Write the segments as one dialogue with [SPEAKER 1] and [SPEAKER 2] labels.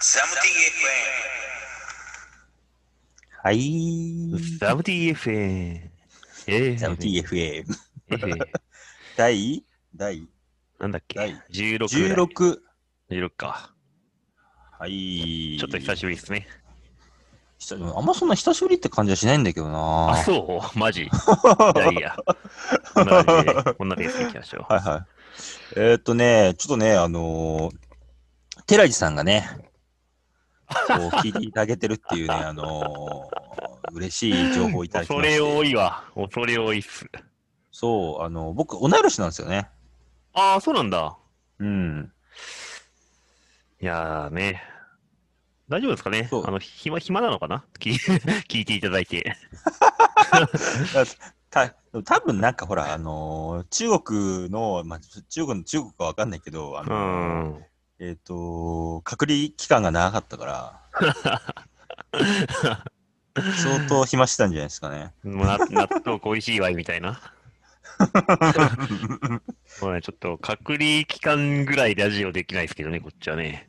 [SPEAKER 1] サムテ
[SPEAKER 2] はい。
[SPEAKER 3] サ ブ TFA。ええ。
[SPEAKER 2] ザム TFA。
[SPEAKER 3] ええ
[SPEAKER 2] 第、第、
[SPEAKER 3] なんだっけ
[SPEAKER 2] 第
[SPEAKER 3] ?16。16。
[SPEAKER 2] 16。
[SPEAKER 3] 16か。
[SPEAKER 2] はい。
[SPEAKER 3] ちょっと久しぶりですね。
[SPEAKER 2] 久しぶり。あんまそんな久しぶりって感じはしないんだけど
[SPEAKER 3] あ、
[SPEAKER 2] な
[SPEAKER 3] そ うマジ。いやいや。こんな感じで、こんなペースでいきましょう。
[SPEAKER 2] はいはい。えーっとね、ちょっとね、あのー、寺地さんがね、そう、聞いていただけてるって いうね、あのー、嬉し い情報をいただき
[SPEAKER 3] 恐
[SPEAKER 2] ま
[SPEAKER 3] れ
[SPEAKER 2] して。
[SPEAKER 3] 多いわ。恐れ多いっす。
[SPEAKER 2] そう、あの、僕、同い年なんですよね。
[SPEAKER 3] ああ、そうなんだ。
[SPEAKER 2] うん。
[SPEAKER 3] いやーね。大丈夫ですかね
[SPEAKER 2] そう
[SPEAKER 3] あの、暇、暇なのかな聞い 聞いていただいて。
[SPEAKER 2] た多分なんかほら、あのー中国の、まあ、中国の中国かわかんないけど、あ
[SPEAKER 3] う
[SPEAKER 2] のー
[SPEAKER 3] ん。
[SPEAKER 2] えっ、と、隔離期間が長かった から、相当暇してたんじゃないですかね。
[SPEAKER 3] もうな納豆恋しいわいみた いな。そうね、ちょっと隔離期間ぐらいラジオできないですけどね、こっちはね。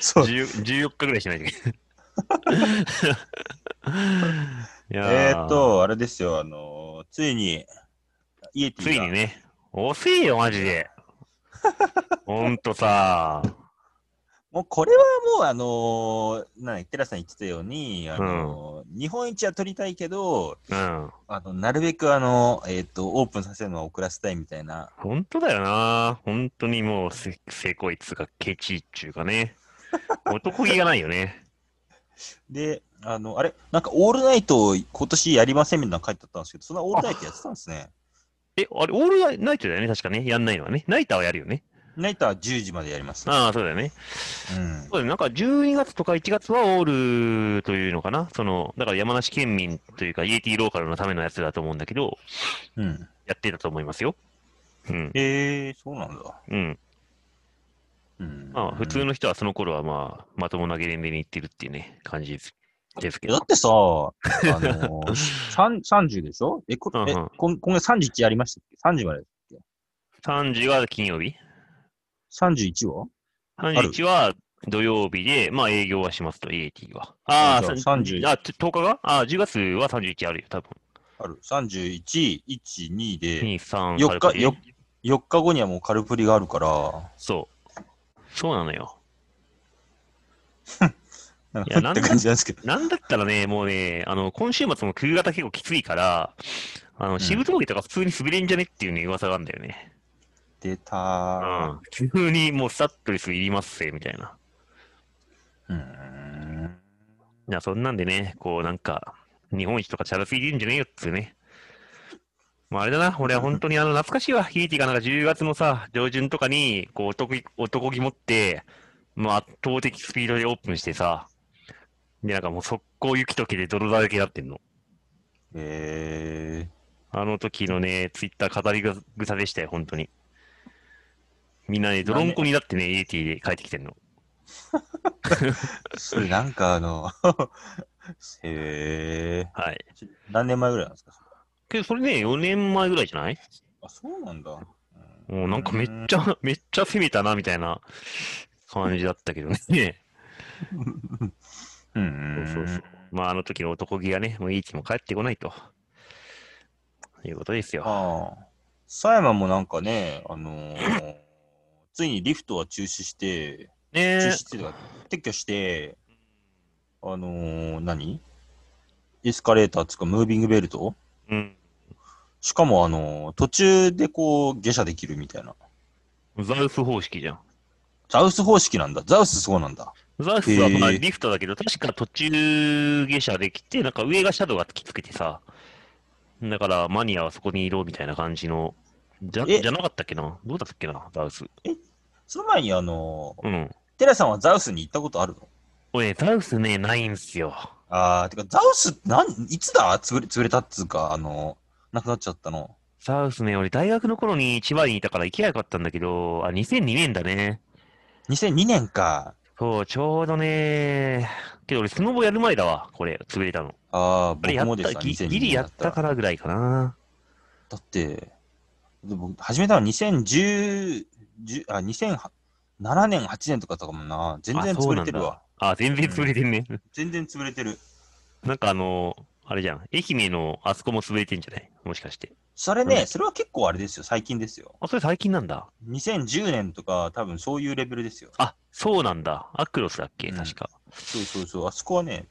[SPEAKER 2] そう。
[SPEAKER 3] 10 14日ぐらいしないとい けない。いやー
[SPEAKER 2] えっ、と、あれですよ、あのーついに、イエティ
[SPEAKER 3] つ
[SPEAKER 2] が
[SPEAKER 3] いにね、遅いよ、マジで。ほんとさ、
[SPEAKER 2] もうこれはもう、あのー、なんだテラさん言ってたように、あのー日本一は取りたいけど、
[SPEAKER 3] うん、
[SPEAKER 2] あのなるべく、あのえっ、と、オープンさせるのは遅らせたいみたいな、
[SPEAKER 3] ほんとだよな。ほんとにもうせ、せこいっつうか、ケチっちゅうかね。男気がないよね。
[SPEAKER 2] で、あの、あれなんかオールナイト今年やりませんみたいなの書いてあったんですけど、そんなオールナイトやってたんですね。
[SPEAKER 3] え、あれ、オールナイトだよね、確かね。やんないのはね。ナイターはやるよね。
[SPEAKER 2] ナイトは10時までやります。
[SPEAKER 3] ああ、そうだよね。
[SPEAKER 2] うん。
[SPEAKER 3] そうだね。なんか12月とか1月はオールというのかな。その、だから山梨県民というか、イエティローカルのためのやつだと思うんだけど、
[SPEAKER 2] うん。
[SPEAKER 3] やってたと思いますよ。うん。
[SPEAKER 2] えー、そうなんだ。
[SPEAKER 3] うん。
[SPEAKER 2] うん。
[SPEAKER 3] まあ、普通
[SPEAKER 2] い
[SPEAKER 3] の人はその頃はまあ、まともなゲレンデに行ってるっていうね、感じですですけ
[SPEAKER 2] やだ
[SPEAKER 3] ど
[SPEAKER 2] っ。てさ、あの ー、三30でしょえ、こえ
[SPEAKER 3] うんうん
[SPEAKER 2] 今今月31やりましたっけ ?30 まで。
[SPEAKER 3] 30は金曜日
[SPEAKER 2] 31は
[SPEAKER 3] ?31 は土曜日で、まあ営業はしますと、イエティは。
[SPEAKER 2] あ
[SPEAKER 3] ああ、
[SPEAKER 2] じゃあ
[SPEAKER 3] さん
[SPEAKER 2] 30
[SPEAKER 3] あ、ちょ10日がああ、10月は31あるよ、多分。
[SPEAKER 2] ある。31、1、2で、
[SPEAKER 3] 2、3、
[SPEAKER 2] 四日
[SPEAKER 3] 軽くね
[SPEAKER 2] 四日4日後にはもうカルプリがあるから、
[SPEAKER 3] そう。そうなのよ。
[SPEAKER 2] なん
[SPEAKER 3] いや
[SPEAKER 2] か
[SPEAKER 3] な
[SPEAKER 2] っ
[SPEAKER 3] ん
[SPEAKER 2] て
[SPEAKER 3] だ
[SPEAKER 2] 感じなんですけど。
[SPEAKER 3] なんだったらね、もうね、あの、今週末も冬型結構きついから、あの、しぶと峠とか普通に滑れんじゃねっていうね、噂があるんだよね。
[SPEAKER 2] 出た
[SPEAKER 3] う
[SPEAKER 2] ー。
[SPEAKER 3] ん。普通にもうスタッドレスいりますぜ、みたいな。
[SPEAKER 2] うーん。
[SPEAKER 3] いや、そんなんでね、こうなんか、日本一とかチャラついてんじゃねえよっつうね。まあ、あれだな、俺は本当にあの、懐かしいわ。ヒーティがなんか10月のさ、上旬とかに、こう、男気、男気持って、もう圧倒的スピードでオープンしてさ、で、なんかもう速攻雪解けで泥だらけになってんの。
[SPEAKER 2] え
[SPEAKER 3] あの時のね、ツイッター語り草でしたよ、本当に。みんなね、ドロンコにだってね、イエティで帰ってきてんの。
[SPEAKER 2] ー、それなんかあの、 へえ
[SPEAKER 3] はい。
[SPEAKER 2] ー。ち何年前ぐらいなんですかそれ
[SPEAKER 3] けど、それね、4年前ぐらいじゃない
[SPEAKER 2] あ、そうなんだ。
[SPEAKER 3] もうなんかめっちゃ、めっちゃ攻めたな、みたいな感じだったけどね。
[SPEAKER 2] うん
[SPEAKER 3] そうそうそう。まあ、あの時の男気がね、もうイエティも帰ってこないと。いうことですよ。
[SPEAKER 2] ああ。狭山もなんかね、あのーついにリフトは中止して、中
[SPEAKER 3] ね
[SPEAKER 2] 止っていうか、撤去して、あのー何エスカレーターっつうか、ムービングベルト
[SPEAKER 3] え。うん。
[SPEAKER 2] しかも、あのー途中でこう、下車できるみたいな。
[SPEAKER 3] ザウス方式じゃん。
[SPEAKER 2] ザウス方式なんだ。ザウスそうなんだ。
[SPEAKER 3] ザウスはまあ
[SPEAKER 2] へえ
[SPEAKER 3] リフトだけど、確か途中下車できて、なんか上がシャドウがきつくてさ、だからマニアはそこにいろみたいな感じの、じゃ
[SPEAKER 2] え
[SPEAKER 3] じゃなかったっけなどうだったっけなザウス。
[SPEAKER 2] その前に、あのー
[SPEAKER 3] うん。
[SPEAKER 2] テラさんはザウスに行ったことあるの
[SPEAKER 3] 俺ね、ザウスね、ないんすよ。
[SPEAKER 2] あー、てか、ザウス、なん、いつだ潰れ、潰れたっつうか、あのーなくなっちゃったの。
[SPEAKER 3] ザウスね、俺大学の頃に千葉にいたから行けなかったんだけど、あ、2002年だね。
[SPEAKER 2] 2002年か。
[SPEAKER 3] そう、ちょうどね、けど俺スノボやる前だわ、これ、潰れたの。
[SPEAKER 2] ああ、
[SPEAKER 3] あ
[SPEAKER 2] 僕
[SPEAKER 3] れや
[SPEAKER 2] も
[SPEAKER 3] っ
[SPEAKER 2] です
[SPEAKER 3] た、
[SPEAKER 2] わ
[SPEAKER 3] ギ
[SPEAKER 2] 2002
[SPEAKER 3] ギリやったからぐらいかな。
[SPEAKER 2] だって、で僕、始めたの2010、10あ、2008 7年、8年とかとかもな、全然
[SPEAKER 3] あそう
[SPEAKER 2] 潰
[SPEAKER 3] な
[SPEAKER 2] れ
[SPEAKER 3] ん
[SPEAKER 2] て
[SPEAKER 3] だ
[SPEAKER 2] るわ。
[SPEAKER 3] あ、全然潰れてんね。
[SPEAKER 2] 全然潰れてる。
[SPEAKER 3] なんかあの、あれじゃん。愛媛のあそこも潰れてんじゃないもしかして。
[SPEAKER 2] それ
[SPEAKER 3] う
[SPEAKER 2] ね、
[SPEAKER 3] ん
[SPEAKER 2] それは結構あれですよ、最近ですよ。
[SPEAKER 3] あ、それ最近なんだ。
[SPEAKER 2] 2010年とか、多分そういうレベルですよ。
[SPEAKER 3] あ、そうなんだ。アクロスだっけ
[SPEAKER 2] うん
[SPEAKER 3] 確か。
[SPEAKER 2] そうそうそう、あそこはね、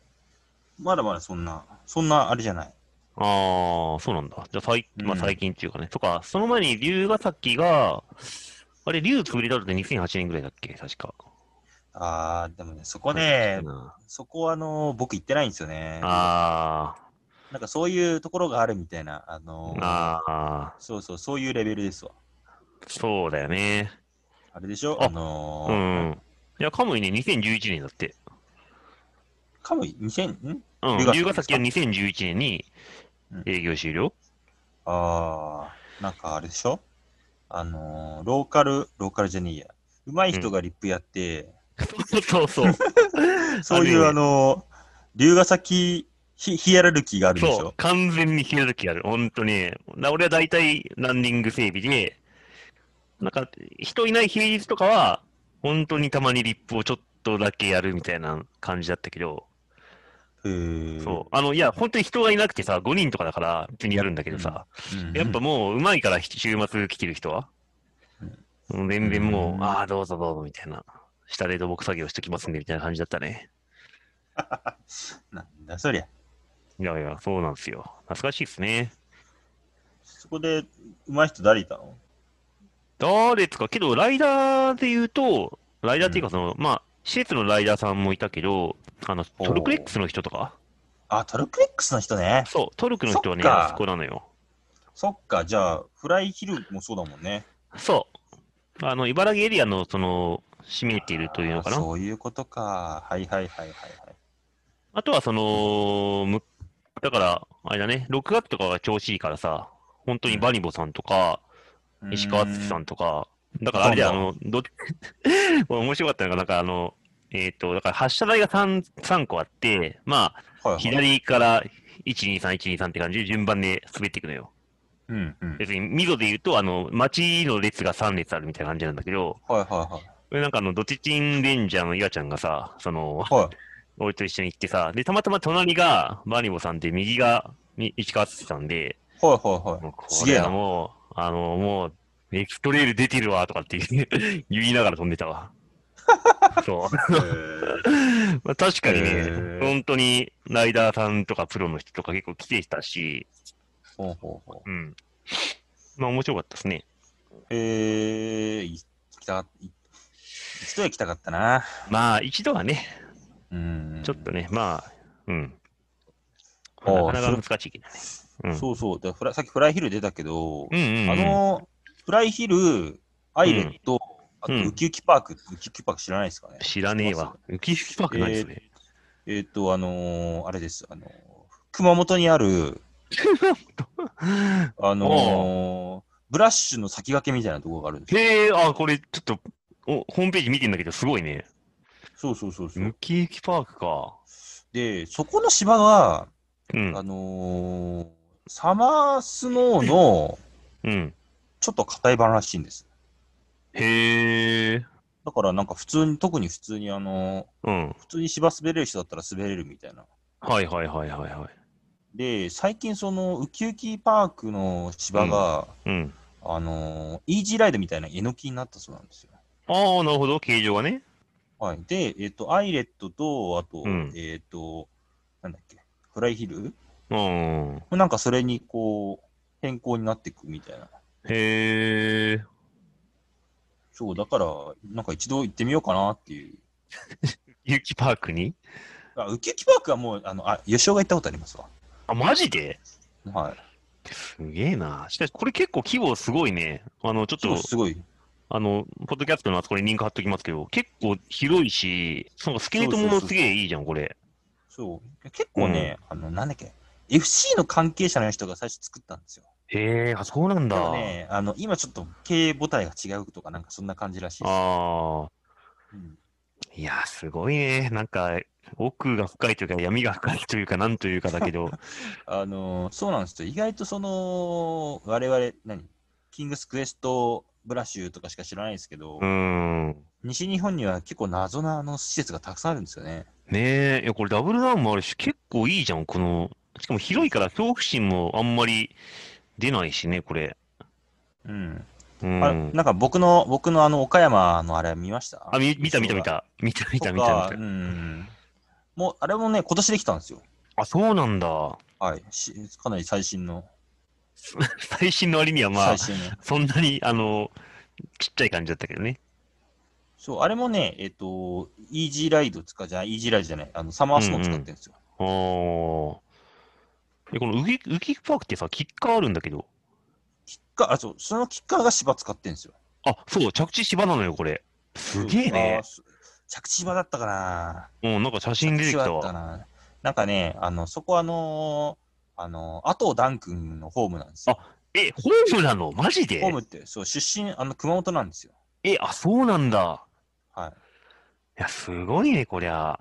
[SPEAKER 2] まだまだそんな、そんなあれじゃない。
[SPEAKER 3] ああ、そうなんだ。じゃあ最、まあ
[SPEAKER 2] うん
[SPEAKER 3] 最近っていうかね。とか、その前に龍ヶ崎が、あれ、龍潰れたのって2008年ぐらいだっけ確か。
[SPEAKER 2] あー、でもね、そこね
[SPEAKER 3] 確、か
[SPEAKER 2] そこはあのー僕行ってないんですよね。
[SPEAKER 3] あ
[SPEAKER 2] なんかそういうところがあるみたいな、あの
[SPEAKER 3] ー
[SPEAKER 2] ー
[SPEAKER 3] あ
[SPEAKER 2] そうそう、そういうレベルですわ。
[SPEAKER 3] ー、そうだよね。
[SPEAKER 2] あれでしょ
[SPEAKER 3] あ
[SPEAKER 2] あの
[SPEAKER 3] う
[SPEAKER 2] ー
[SPEAKER 3] ん。いや、カムイね、2011年だって。
[SPEAKER 2] カムイ2000、ん
[SPEAKER 3] うん
[SPEAKER 2] 龍ヶ崎ですか。
[SPEAKER 3] 龍ヶ崎は2011年に
[SPEAKER 2] うん
[SPEAKER 3] 営業終了。
[SPEAKER 2] あー、なんかあれでしょあのーローカル、ローカルじゃねえや。上手い人がリップやって、
[SPEAKER 3] そうそう。
[SPEAKER 2] そういう
[SPEAKER 3] あ
[SPEAKER 2] あのー龍ヶ崎ヒヒエラルキーがあるんでし
[SPEAKER 3] そう
[SPEAKER 2] ょ、
[SPEAKER 3] 完全に消える時ある、本当に。な俺は大体ランニング整備で、なんか、人いない平日とかは、本当にたまにリップをちょっとだけやるみたいな感じだったけど、
[SPEAKER 2] へー
[SPEAKER 3] そう。あの、いや、本当に人がいなくてさ、5人とかだから、別にやるんだけどさ、
[SPEAKER 2] うん
[SPEAKER 3] やっぱもう、うまいから、ひ週末来てる人は、もう全然もう、
[SPEAKER 2] うん
[SPEAKER 3] ああ、どうぞどうぞみたいな、下で土木作業しときますんでみたいな感じだったね。
[SPEAKER 2] なんだそりゃ。
[SPEAKER 3] いやいや、そうなんですよ。懐かしいですね。
[SPEAKER 2] そこで上手い人誰いたの
[SPEAKER 3] 誰ですかけど、ライダーで言うと、ライダーっていうか、その、まあ、施設のライダーさんもいたけど、あの、
[SPEAKER 2] おー
[SPEAKER 3] トルクレックスの人とか
[SPEAKER 2] あ、トルクレックスの人ね。
[SPEAKER 3] そう、トルクの人はね、
[SPEAKER 2] そっか
[SPEAKER 3] あそこなのよ。
[SPEAKER 2] そっか、じゃあ、フライヒルもそうだもんね。
[SPEAKER 3] そう。あの、茨城エリアの、その、占めているというのか
[SPEAKER 2] あー
[SPEAKER 3] な。
[SPEAKER 2] そういうことか。はいはいはいはい、はい。
[SPEAKER 3] あとは、その、む、だから、あれだね、6月とかが調子いいからさ、本当にバニボさんとか、石川敦さんとか、だからあれで、あの、ど、こ れ面白かったのが、なんかあの、えっ、と、だから発射台が 3, 3個あって、ま
[SPEAKER 2] はい
[SPEAKER 3] あ、
[SPEAKER 2] はい、
[SPEAKER 3] 左から1、2、3、1、2、3って感じで順番で滑っていくのよ。
[SPEAKER 2] うんうん。
[SPEAKER 3] 別に、溝で言うと、あの、街の列が3列あるみたいな感じなんだけど、
[SPEAKER 2] はいはい
[SPEAKER 3] これなんかあの、ドチチンレンジャーのイワちゃんがさ、その、
[SPEAKER 2] はい。はい。
[SPEAKER 3] 俺と一緒に行ってさ、で、たまたま隣がバニボさんで、右がみ石川敦さんで、
[SPEAKER 2] はいはい
[SPEAKER 3] もう
[SPEAKER 2] は
[SPEAKER 3] こ
[SPEAKER 2] い。すげ
[SPEAKER 3] れ
[SPEAKER 2] え
[SPEAKER 3] は
[SPEAKER 2] な。
[SPEAKER 3] もう、あの、もう、エクストレイル出てるわとかって言う 言いながら飛んで たわ。そう。まあ、確かに
[SPEAKER 2] へ
[SPEAKER 3] ね
[SPEAKER 2] ー、
[SPEAKER 3] 本当にライダーさんとかプロの人とか結構来てたし、
[SPEAKER 2] ほうほうほ
[SPEAKER 3] うん。まあ面白かったですね。
[SPEAKER 2] う。へえ、行きた、い一度は行きたかったな。
[SPEAKER 3] まあ一度はね、
[SPEAKER 2] うん。
[SPEAKER 3] ちょっとね、まあ、うん。
[SPEAKER 2] あー
[SPEAKER 3] なかなか難しいけどね。うん
[SPEAKER 2] そうそう。でフラさっきフライヒル出たけど、
[SPEAKER 3] うんうんうん、
[SPEAKER 2] あの、フライヒル、アイレット、あと
[SPEAKER 3] うん
[SPEAKER 2] ウキウキパーク、ウキウキパーク知らないですかね。
[SPEAKER 3] 知らねえわ。浮き引きパークないですね。
[SPEAKER 2] えっ、と、あのーあれです。あのー熊本にある、あのーブラッシュの先駆けみたいなところがあるんですよ。
[SPEAKER 3] へえ、あ、これちょっと、お、ホームページ見てんだけど、すごいね。
[SPEAKER 2] そうそうそうそう。
[SPEAKER 3] ムキウキパークか。
[SPEAKER 2] で、そこの芝が、
[SPEAKER 3] うん
[SPEAKER 2] あ。のーサマースノーの
[SPEAKER 3] うん。
[SPEAKER 2] ちょっと硬い版らしいんです。
[SPEAKER 3] へえ。
[SPEAKER 2] だからなんか普通に、特に普通にあのー
[SPEAKER 3] うん。
[SPEAKER 2] 普通に芝滑れる人だったら滑れるみたいな。
[SPEAKER 3] はいはいはいはいはい。
[SPEAKER 2] で、最近そのウキウキパークの芝が、
[SPEAKER 3] うん。
[SPEAKER 2] あのーイージーライドみたいなえのきになったそうなんですよ。
[SPEAKER 3] ああ、なるほど。形状がね。
[SPEAKER 2] はい。で、えっ、と、アイレットと、あと、
[SPEAKER 3] うん
[SPEAKER 2] えっ、と、なんだっけ、フライヒル
[SPEAKER 3] うん。
[SPEAKER 2] なんかそれにこう、変更になっていくみたいな。
[SPEAKER 3] へえ。
[SPEAKER 2] そう、だから、なんか一度行ってみようかなっていう。
[SPEAKER 3] ゆきパークに
[SPEAKER 2] あ、ウキウキパークはもう、あの、あ、吉尾が行ったことありますわ。
[SPEAKER 3] あ、マジで
[SPEAKER 2] はい。
[SPEAKER 3] すげえな。しかし、これ結構規模すごいね。あの、ちょっ
[SPEAKER 2] そ
[SPEAKER 3] と
[SPEAKER 2] う、、すごい。
[SPEAKER 3] あの、ポッドキャストのあそこにリンク貼っときますけど、結構広いし、そのスケート
[SPEAKER 2] そうそう
[SPEAKER 3] も
[SPEAKER 2] そう
[SPEAKER 3] すげえいいじゃん、これ。
[SPEAKER 2] そう。結構ね、あの、なんだっけ、FC の関係者の人が最初作ったんですよ。
[SPEAKER 3] へえ、あ、そうなん
[SPEAKER 2] で
[SPEAKER 3] だ。
[SPEAKER 2] もね、あの、今ちょっと経営母体が違うとか、なんかそんな感じらしいです。
[SPEAKER 3] ああ。
[SPEAKER 2] うん
[SPEAKER 3] いや、すごいね。なんか、奥が深いというか、闇が深いというか、なんというかだけ ど。
[SPEAKER 2] あのーそうなんですよ。意外とその、我々、何キングスクエストブラシュとかしか知らないですけど、
[SPEAKER 3] うーん。
[SPEAKER 2] 西日本には結構謎なあの施設がたくさんあるんですよね。
[SPEAKER 3] ねえ、いや、これダブルダウンもあるし、結構いいじゃん、この、しかも広いから恐怖心もあんまり出ないしね、これ。
[SPEAKER 2] うん。
[SPEAKER 3] う
[SPEAKER 2] あれ
[SPEAKER 3] ん。
[SPEAKER 2] なんか僕の、僕のあの、岡山のあれ見ました
[SPEAKER 3] あ、み、見た見た見。た。見た見
[SPEAKER 2] とか
[SPEAKER 3] た見た見
[SPEAKER 2] う
[SPEAKER 3] た。
[SPEAKER 2] ん。もう、あれもね、今年できたんですよ。
[SPEAKER 3] あ、そうなんだ。
[SPEAKER 2] はい。しかなり最新の、
[SPEAKER 3] 最新の割にはまあ
[SPEAKER 2] 最、新の。
[SPEAKER 3] そんなに、あの、ちっちゃい感じだったけどね。
[SPEAKER 2] そう、あれもね、えっ、と、イージーライド使うじゃない、イージーライドじゃない、あの、サマースノー使ってるんですよ。
[SPEAKER 3] あー。え、このウギ、ウギパークってさ、キッカーあるんだけど。
[SPEAKER 2] キッカー、あ、そう、そのキッカーが芝使ってるんですよ。
[SPEAKER 3] あ、そう、着地芝なのよ、これ。すげえね
[SPEAKER 2] あ。す着地芝だったかな
[SPEAKER 3] うん、なんか写真出てき
[SPEAKER 2] 着地芝
[SPEAKER 3] た
[SPEAKER 2] だっ
[SPEAKER 3] わ
[SPEAKER 2] た。な。なんかね、あの、そこあのーあのー、阿藤ダン君のホームなんですよ。
[SPEAKER 3] え、ホームなのマジで
[SPEAKER 2] ホームって、そう、出身、あの、熊本なんですよ。
[SPEAKER 3] え、あ、そうなんだ。
[SPEAKER 2] はい。
[SPEAKER 3] いや、すごいね、こりゃ。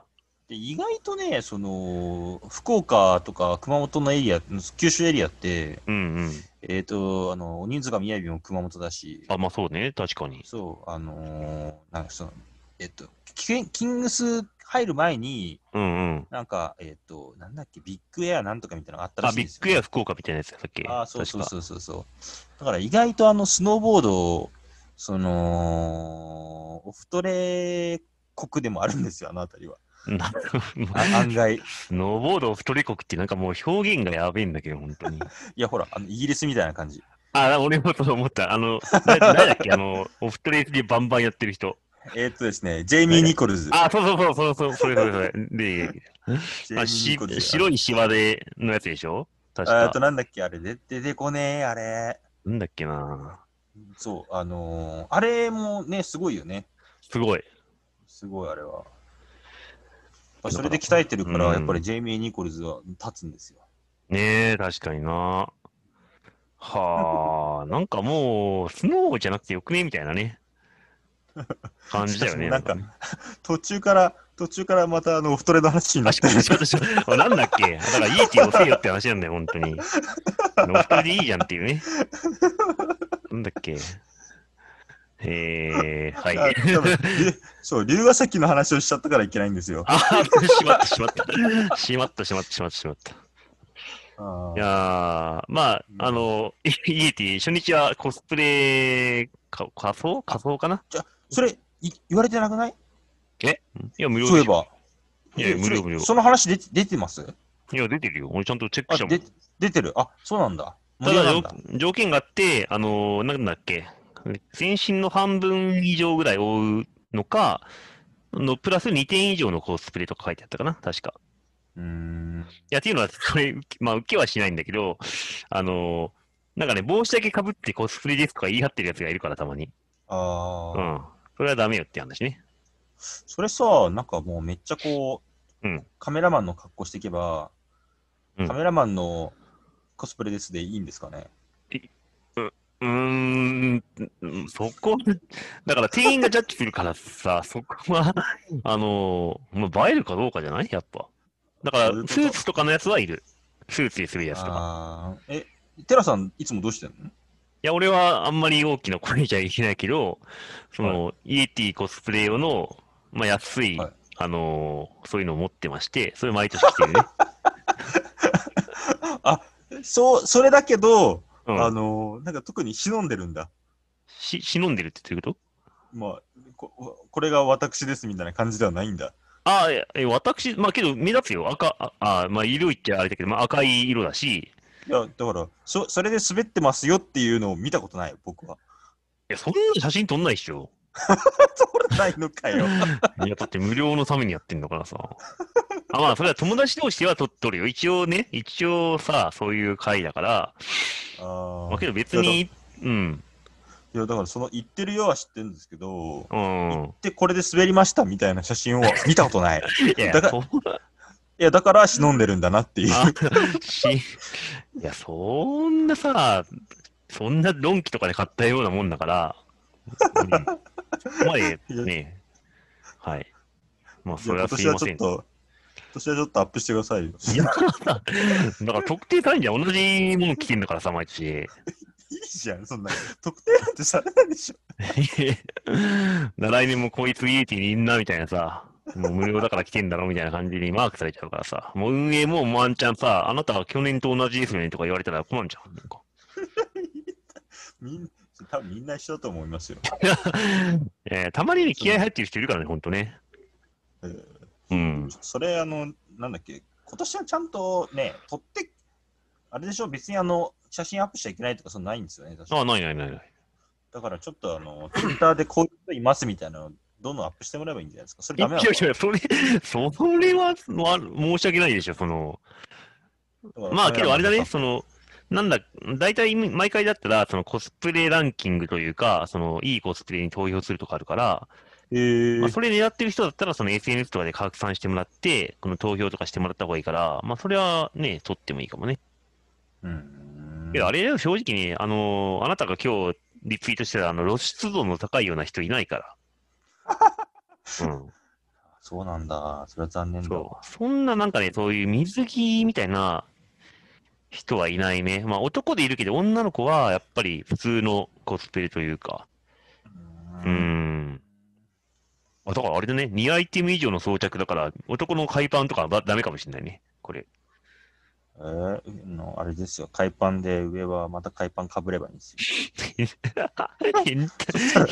[SPEAKER 2] で意外とね、その、福岡とか熊本のエリア、九州エリアって、
[SPEAKER 3] うんうん。
[SPEAKER 2] えっ、と、あの、人数が宮城も熊本だし、
[SPEAKER 3] あ、まあそうね、確かに。
[SPEAKER 2] そう、あのーなんかその、えっと、キキングス入る前に、
[SPEAKER 3] うんうん。
[SPEAKER 2] なんか、えっと、なんだっけ、ビッグエアなんとかみたいなのがあったら
[SPEAKER 3] あ、
[SPEAKER 2] しいん
[SPEAKER 3] ビ
[SPEAKER 2] で
[SPEAKER 3] ッ
[SPEAKER 2] すよ、
[SPEAKER 3] グエア福岡みたいなやつだっけ
[SPEAKER 2] あーそうそう
[SPEAKER 3] 確か
[SPEAKER 2] そうそうそう。だから意外とあの、スノーボード、その、オフトレ国でもあるんですよ、あの辺 りは。
[SPEAKER 3] な
[SPEAKER 2] あ案外。い
[SPEAKER 3] スノーボード太り国ってなんかもう表現がやべえんだけど、本当に。
[SPEAKER 2] や、ほら、あのイギリスみたいな感じ。
[SPEAKER 3] あ、俺もそう思った。あの、な誰だっけあの、オフトレーでバンバンやってる人。
[SPEAKER 2] えっとですね、ジェイミー・ニコルズ。
[SPEAKER 3] あ、そうそうそうそう、そう、それそれそれ。 で、
[SPEAKER 2] ジェイミ
[SPEAKER 3] あ
[SPEAKER 2] ーニ
[SPEAKER 3] し
[SPEAKER 2] コルズ
[SPEAKER 3] 白いシワでのやつでしょ確
[SPEAKER 2] ああと、
[SPEAKER 3] か。
[SPEAKER 2] なんだっけ、あれ、出てこねえ、あれ。
[SPEAKER 3] なんだっけな
[SPEAKER 2] そう、あのーあれもね、すごいよね。
[SPEAKER 3] すごい。
[SPEAKER 2] すごい、あれは。やっ
[SPEAKER 3] だ
[SPEAKER 2] ぱそ
[SPEAKER 3] から
[SPEAKER 2] れで鍛えてるから、
[SPEAKER 3] うん
[SPEAKER 2] やっぱりジェイミー・ニコルズは立つんですよ。
[SPEAKER 3] ねえ、確かにな。はあ、なんかもう、スノーじゃなくてよくねみたい なね。感じだよね。
[SPEAKER 2] しかも
[SPEAKER 3] ね
[SPEAKER 2] 途中から、途中からまたあの、オフトレの話にな
[SPEAKER 3] あ、
[SPEAKER 2] っ
[SPEAKER 3] してかも、しかもしか もなんだっけだから、イーティをせよって話なんだよ、本当に。ノフトでいいじゃんっていうね。なんだっけえー、は
[SPEAKER 2] あ
[SPEAKER 3] い。
[SPEAKER 2] 多 分りそう、龍ヶ崎の話をしちゃったからいけないんですよ。
[SPEAKER 3] あー、しまった、しまった。しまった、しまった、しまった、しまった。
[SPEAKER 2] あー
[SPEAKER 3] いやー、まあ、あの、イイエティ、初日はコスプレ、か仮装仮装かな
[SPEAKER 2] それい、言われてなくない
[SPEAKER 3] いや、無料
[SPEAKER 2] そういえ
[SPEAKER 3] でしょ
[SPEAKER 2] ば。
[SPEAKER 3] いやいや
[SPEAKER 2] え
[SPEAKER 3] 無料
[SPEAKER 2] それ
[SPEAKER 3] 無料
[SPEAKER 2] その話出て出てます
[SPEAKER 3] いや、出てるよ。俺ちゃんとチェック
[SPEAKER 2] あ
[SPEAKER 3] したもん。
[SPEAKER 2] で、出てる。あ、そうなんだ。無
[SPEAKER 3] た
[SPEAKER 2] 料
[SPEAKER 3] だ
[SPEAKER 2] なん
[SPEAKER 3] 条
[SPEAKER 2] だ。、
[SPEAKER 3] 条件があって、あのーなんだっけ、全身の半分以上ぐらい覆うのか、のプラス2点以上のコスプレとか書いてあったかな、確か。
[SPEAKER 2] うーん。
[SPEAKER 3] いや、っていうのは、これ、 まあ、受けはしないんだけど、あのーなんかね、帽子だけかぶってコスプレですとか言い張ってるやつがいるから、たまに。
[SPEAKER 2] あ
[SPEAKER 3] う
[SPEAKER 2] あ、
[SPEAKER 3] ん。それはダメよって話ね。
[SPEAKER 2] それさ、なんかもうめっちゃこう、
[SPEAKER 3] うん
[SPEAKER 2] カメラマンの格好していけば、
[SPEAKER 3] うん
[SPEAKER 2] カメラマンのコスプレですでいいんですかね。
[SPEAKER 3] うーん、うんそこ、 だから店員がジャッジするからさ、 そこは、あのー、まあ、映えるかどうかじゃないやっぱ。だから、
[SPEAKER 2] そういうこと
[SPEAKER 3] スーツとかのやつはいる。スーツにするやつとか。
[SPEAKER 2] あーえ、テラさん、いつもどうしてんの
[SPEAKER 3] いや、俺はあんまり大きな声じゃいけないけど、その、イエティコスプレ用の、まあ、安い、
[SPEAKER 2] はい
[SPEAKER 3] あのーそういうのを持ってまして、それ毎年着て るね。
[SPEAKER 2] そう、それだけど、
[SPEAKER 3] うん
[SPEAKER 2] あのーなんか特に忍んでるんだ。
[SPEAKER 3] し、忍んでるってどういうこと
[SPEAKER 2] まあ、ここれが私ですみたいな感じではないんだ。
[SPEAKER 3] ああ、え、え私、まあ、けど目立つよ。赤、ああ、まあ、色言っちゃあれだけど、まあ、赤い色だし、
[SPEAKER 2] いや、だから、そそれで滑ってますよっていうのを見たことない、僕は。
[SPEAKER 3] いや、そんな写真撮んないで しょ。
[SPEAKER 2] 撮れないのか よ。
[SPEAKER 3] いや、だって無料のためにやってんだからさ。あまあ、それは友達同士では取っとるよ。一応ね、一応さ、そういう会だから、
[SPEAKER 2] あ
[SPEAKER 3] まあ、
[SPEAKER 2] ー
[SPEAKER 3] けど別に、うん、
[SPEAKER 2] いや、だからその言ってるよは知ってるんですけど、
[SPEAKER 3] うん。
[SPEAKER 2] で、これで滑りましたみたいな写真を見たこと ない。
[SPEAKER 3] い や、
[SPEAKER 2] だから
[SPEAKER 3] そう
[SPEAKER 2] いや、だから忍んでるんだなっていう。
[SPEAKER 3] あし、いや、そんなさ、そんなドンキとかで買ったようなもんだから、うん、そこ までね、はい。まあ、
[SPEAKER 2] じ
[SPEAKER 3] そ
[SPEAKER 2] ゃあ今
[SPEAKER 3] れはす
[SPEAKER 2] 年
[SPEAKER 3] い
[SPEAKER 2] は
[SPEAKER 3] ま
[SPEAKER 2] ち
[SPEAKER 3] せ
[SPEAKER 2] ょっ
[SPEAKER 3] ん。
[SPEAKER 2] と、今年はちょっとアップしてくださいよ。
[SPEAKER 3] いや、だから特定単位じゃ同じもの着てんだからさ、毎年。
[SPEAKER 2] いいじゃん、そんな。特定なんてされないでしょ。
[SPEAKER 3] 来年もこいつイエティにいんな、みたいなさ。もう無料だから来てんだろ、みたいな感じにマークされちゃうからさ。もう運営もワンチャンさ、あなたは去年と同じですよねとか言われたら困るじゃん。なんか
[SPEAKER 2] みん多分みんな一緒だと思いますよ。
[SPEAKER 3] えーたまにね気合入ってる人いるからね、ほんとね。
[SPEAKER 2] えー
[SPEAKER 3] うん。
[SPEAKER 2] それ、あの、なんだっけ、今年はちゃんとね、撮って、あれでしょ、別にあの、写真アップしちゃいけないとか、そんなないんですよね。確か
[SPEAKER 3] あ、ないないないない。
[SPEAKER 2] だからちょっとあの、ツイッターでこういう人いますみたいなのをどんどんアップしてもらえばいいんじゃないですか。それ
[SPEAKER 3] いや
[SPEAKER 2] ダ
[SPEAKER 3] い
[SPEAKER 2] メなのか
[SPEAKER 3] やいや、それ、それは、まあ申し訳ないでしょ、その。
[SPEAKER 2] な
[SPEAKER 3] まあ、けどあれだね、そ、の、なんだ、大体毎回だったら、そのコスプレランキングというか、その、いいコスプレに投票するとかあるから、
[SPEAKER 2] えー
[SPEAKER 3] まあ、それ狙ってる人だったら、その SNS とかで拡散してもらって、この投票とかしてもらった方がいいから、まあ、それはね、取ってもいいかもね。
[SPEAKER 2] うん
[SPEAKER 3] けど、あれだよ、正直ね、あのーあなたが今日リツイートしてた、あの、露出度の高いような人いないから。うん。
[SPEAKER 2] そうなんだ。それは残念だ。
[SPEAKER 3] そう。そんななんかね、そういう水着みたいな人はいないね。まあ男でいるけど、女の子はやっぱり普通のコスプレというか。う
[SPEAKER 2] うー
[SPEAKER 3] ー
[SPEAKER 2] ん。
[SPEAKER 3] ん。あだからあれだね、2アイテム以上の装着だから、男の海パンとかはばダメかもしれないね。これ。
[SPEAKER 2] えーのあれですよ。海パンで上はまた海パンかぶればいいんです よ。
[SPEAKER 3] 変態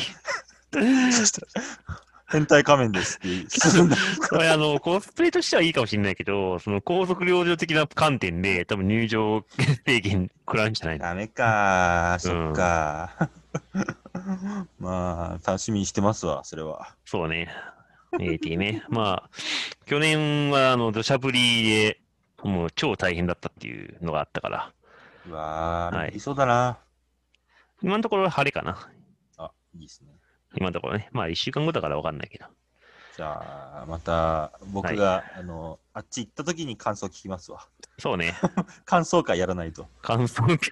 [SPEAKER 2] そしたら変態仮面です って進んだ。
[SPEAKER 3] これあの、コスプレとしてはいいかもしれないけど、その高速領女的な観点で、多分入場制限食らうんじゃないの
[SPEAKER 2] ダメか
[SPEAKER 3] うん
[SPEAKER 2] そっか まあ、楽しみにしてますわ、それは。
[SPEAKER 3] そうね。AT ね。まあ、去年は、あの、土砂降りで、もう超大変だったっていうのがあったから、
[SPEAKER 2] うわー、
[SPEAKER 3] はい
[SPEAKER 2] い、そうだな。
[SPEAKER 3] 今のところは晴れかな。
[SPEAKER 2] あ、いいですね。
[SPEAKER 3] 今のところね。まあ、1週間後だからわかんないけど。
[SPEAKER 2] じゃあ、また僕が、あのあっち行った時に感想聞きますわ。
[SPEAKER 3] そうね。
[SPEAKER 2] 感想会やらないと。
[SPEAKER 3] 感想 受け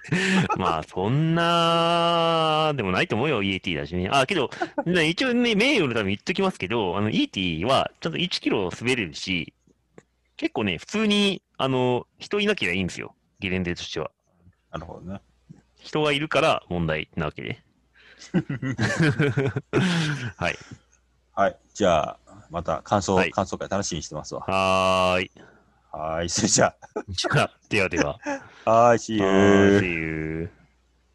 [SPEAKER 3] まあ、そんな、でもないと思うよ、EAT だしね。あ、けど、ね一応ね、名誉のために言っときますけど、あの、EAT は、ちゃんと1キロ滑れるし、結構ね、普通に、あの、人いなきゃいいんですよ。ゲレンデとしては。
[SPEAKER 2] なるほどね。
[SPEAKER 3] 人がいるから問題なわ けで。はい。
[SPEAKER 2] はい。じゃあ、また感想、
[SPEAKER 3] はい
[SPEAKER 2] 感想会楽しみにしてますわ。
[SPEAKER 3] はーい。
[SPEAKER 2] はーい。それじゃ
[SPEAKER 3] じゃあ、ではでは。
[SPEAKER 2] あ、はーい、see
[SPEAKER 3] はーい
[SPEAKER 2] you.
[SPEAKER 3] See you.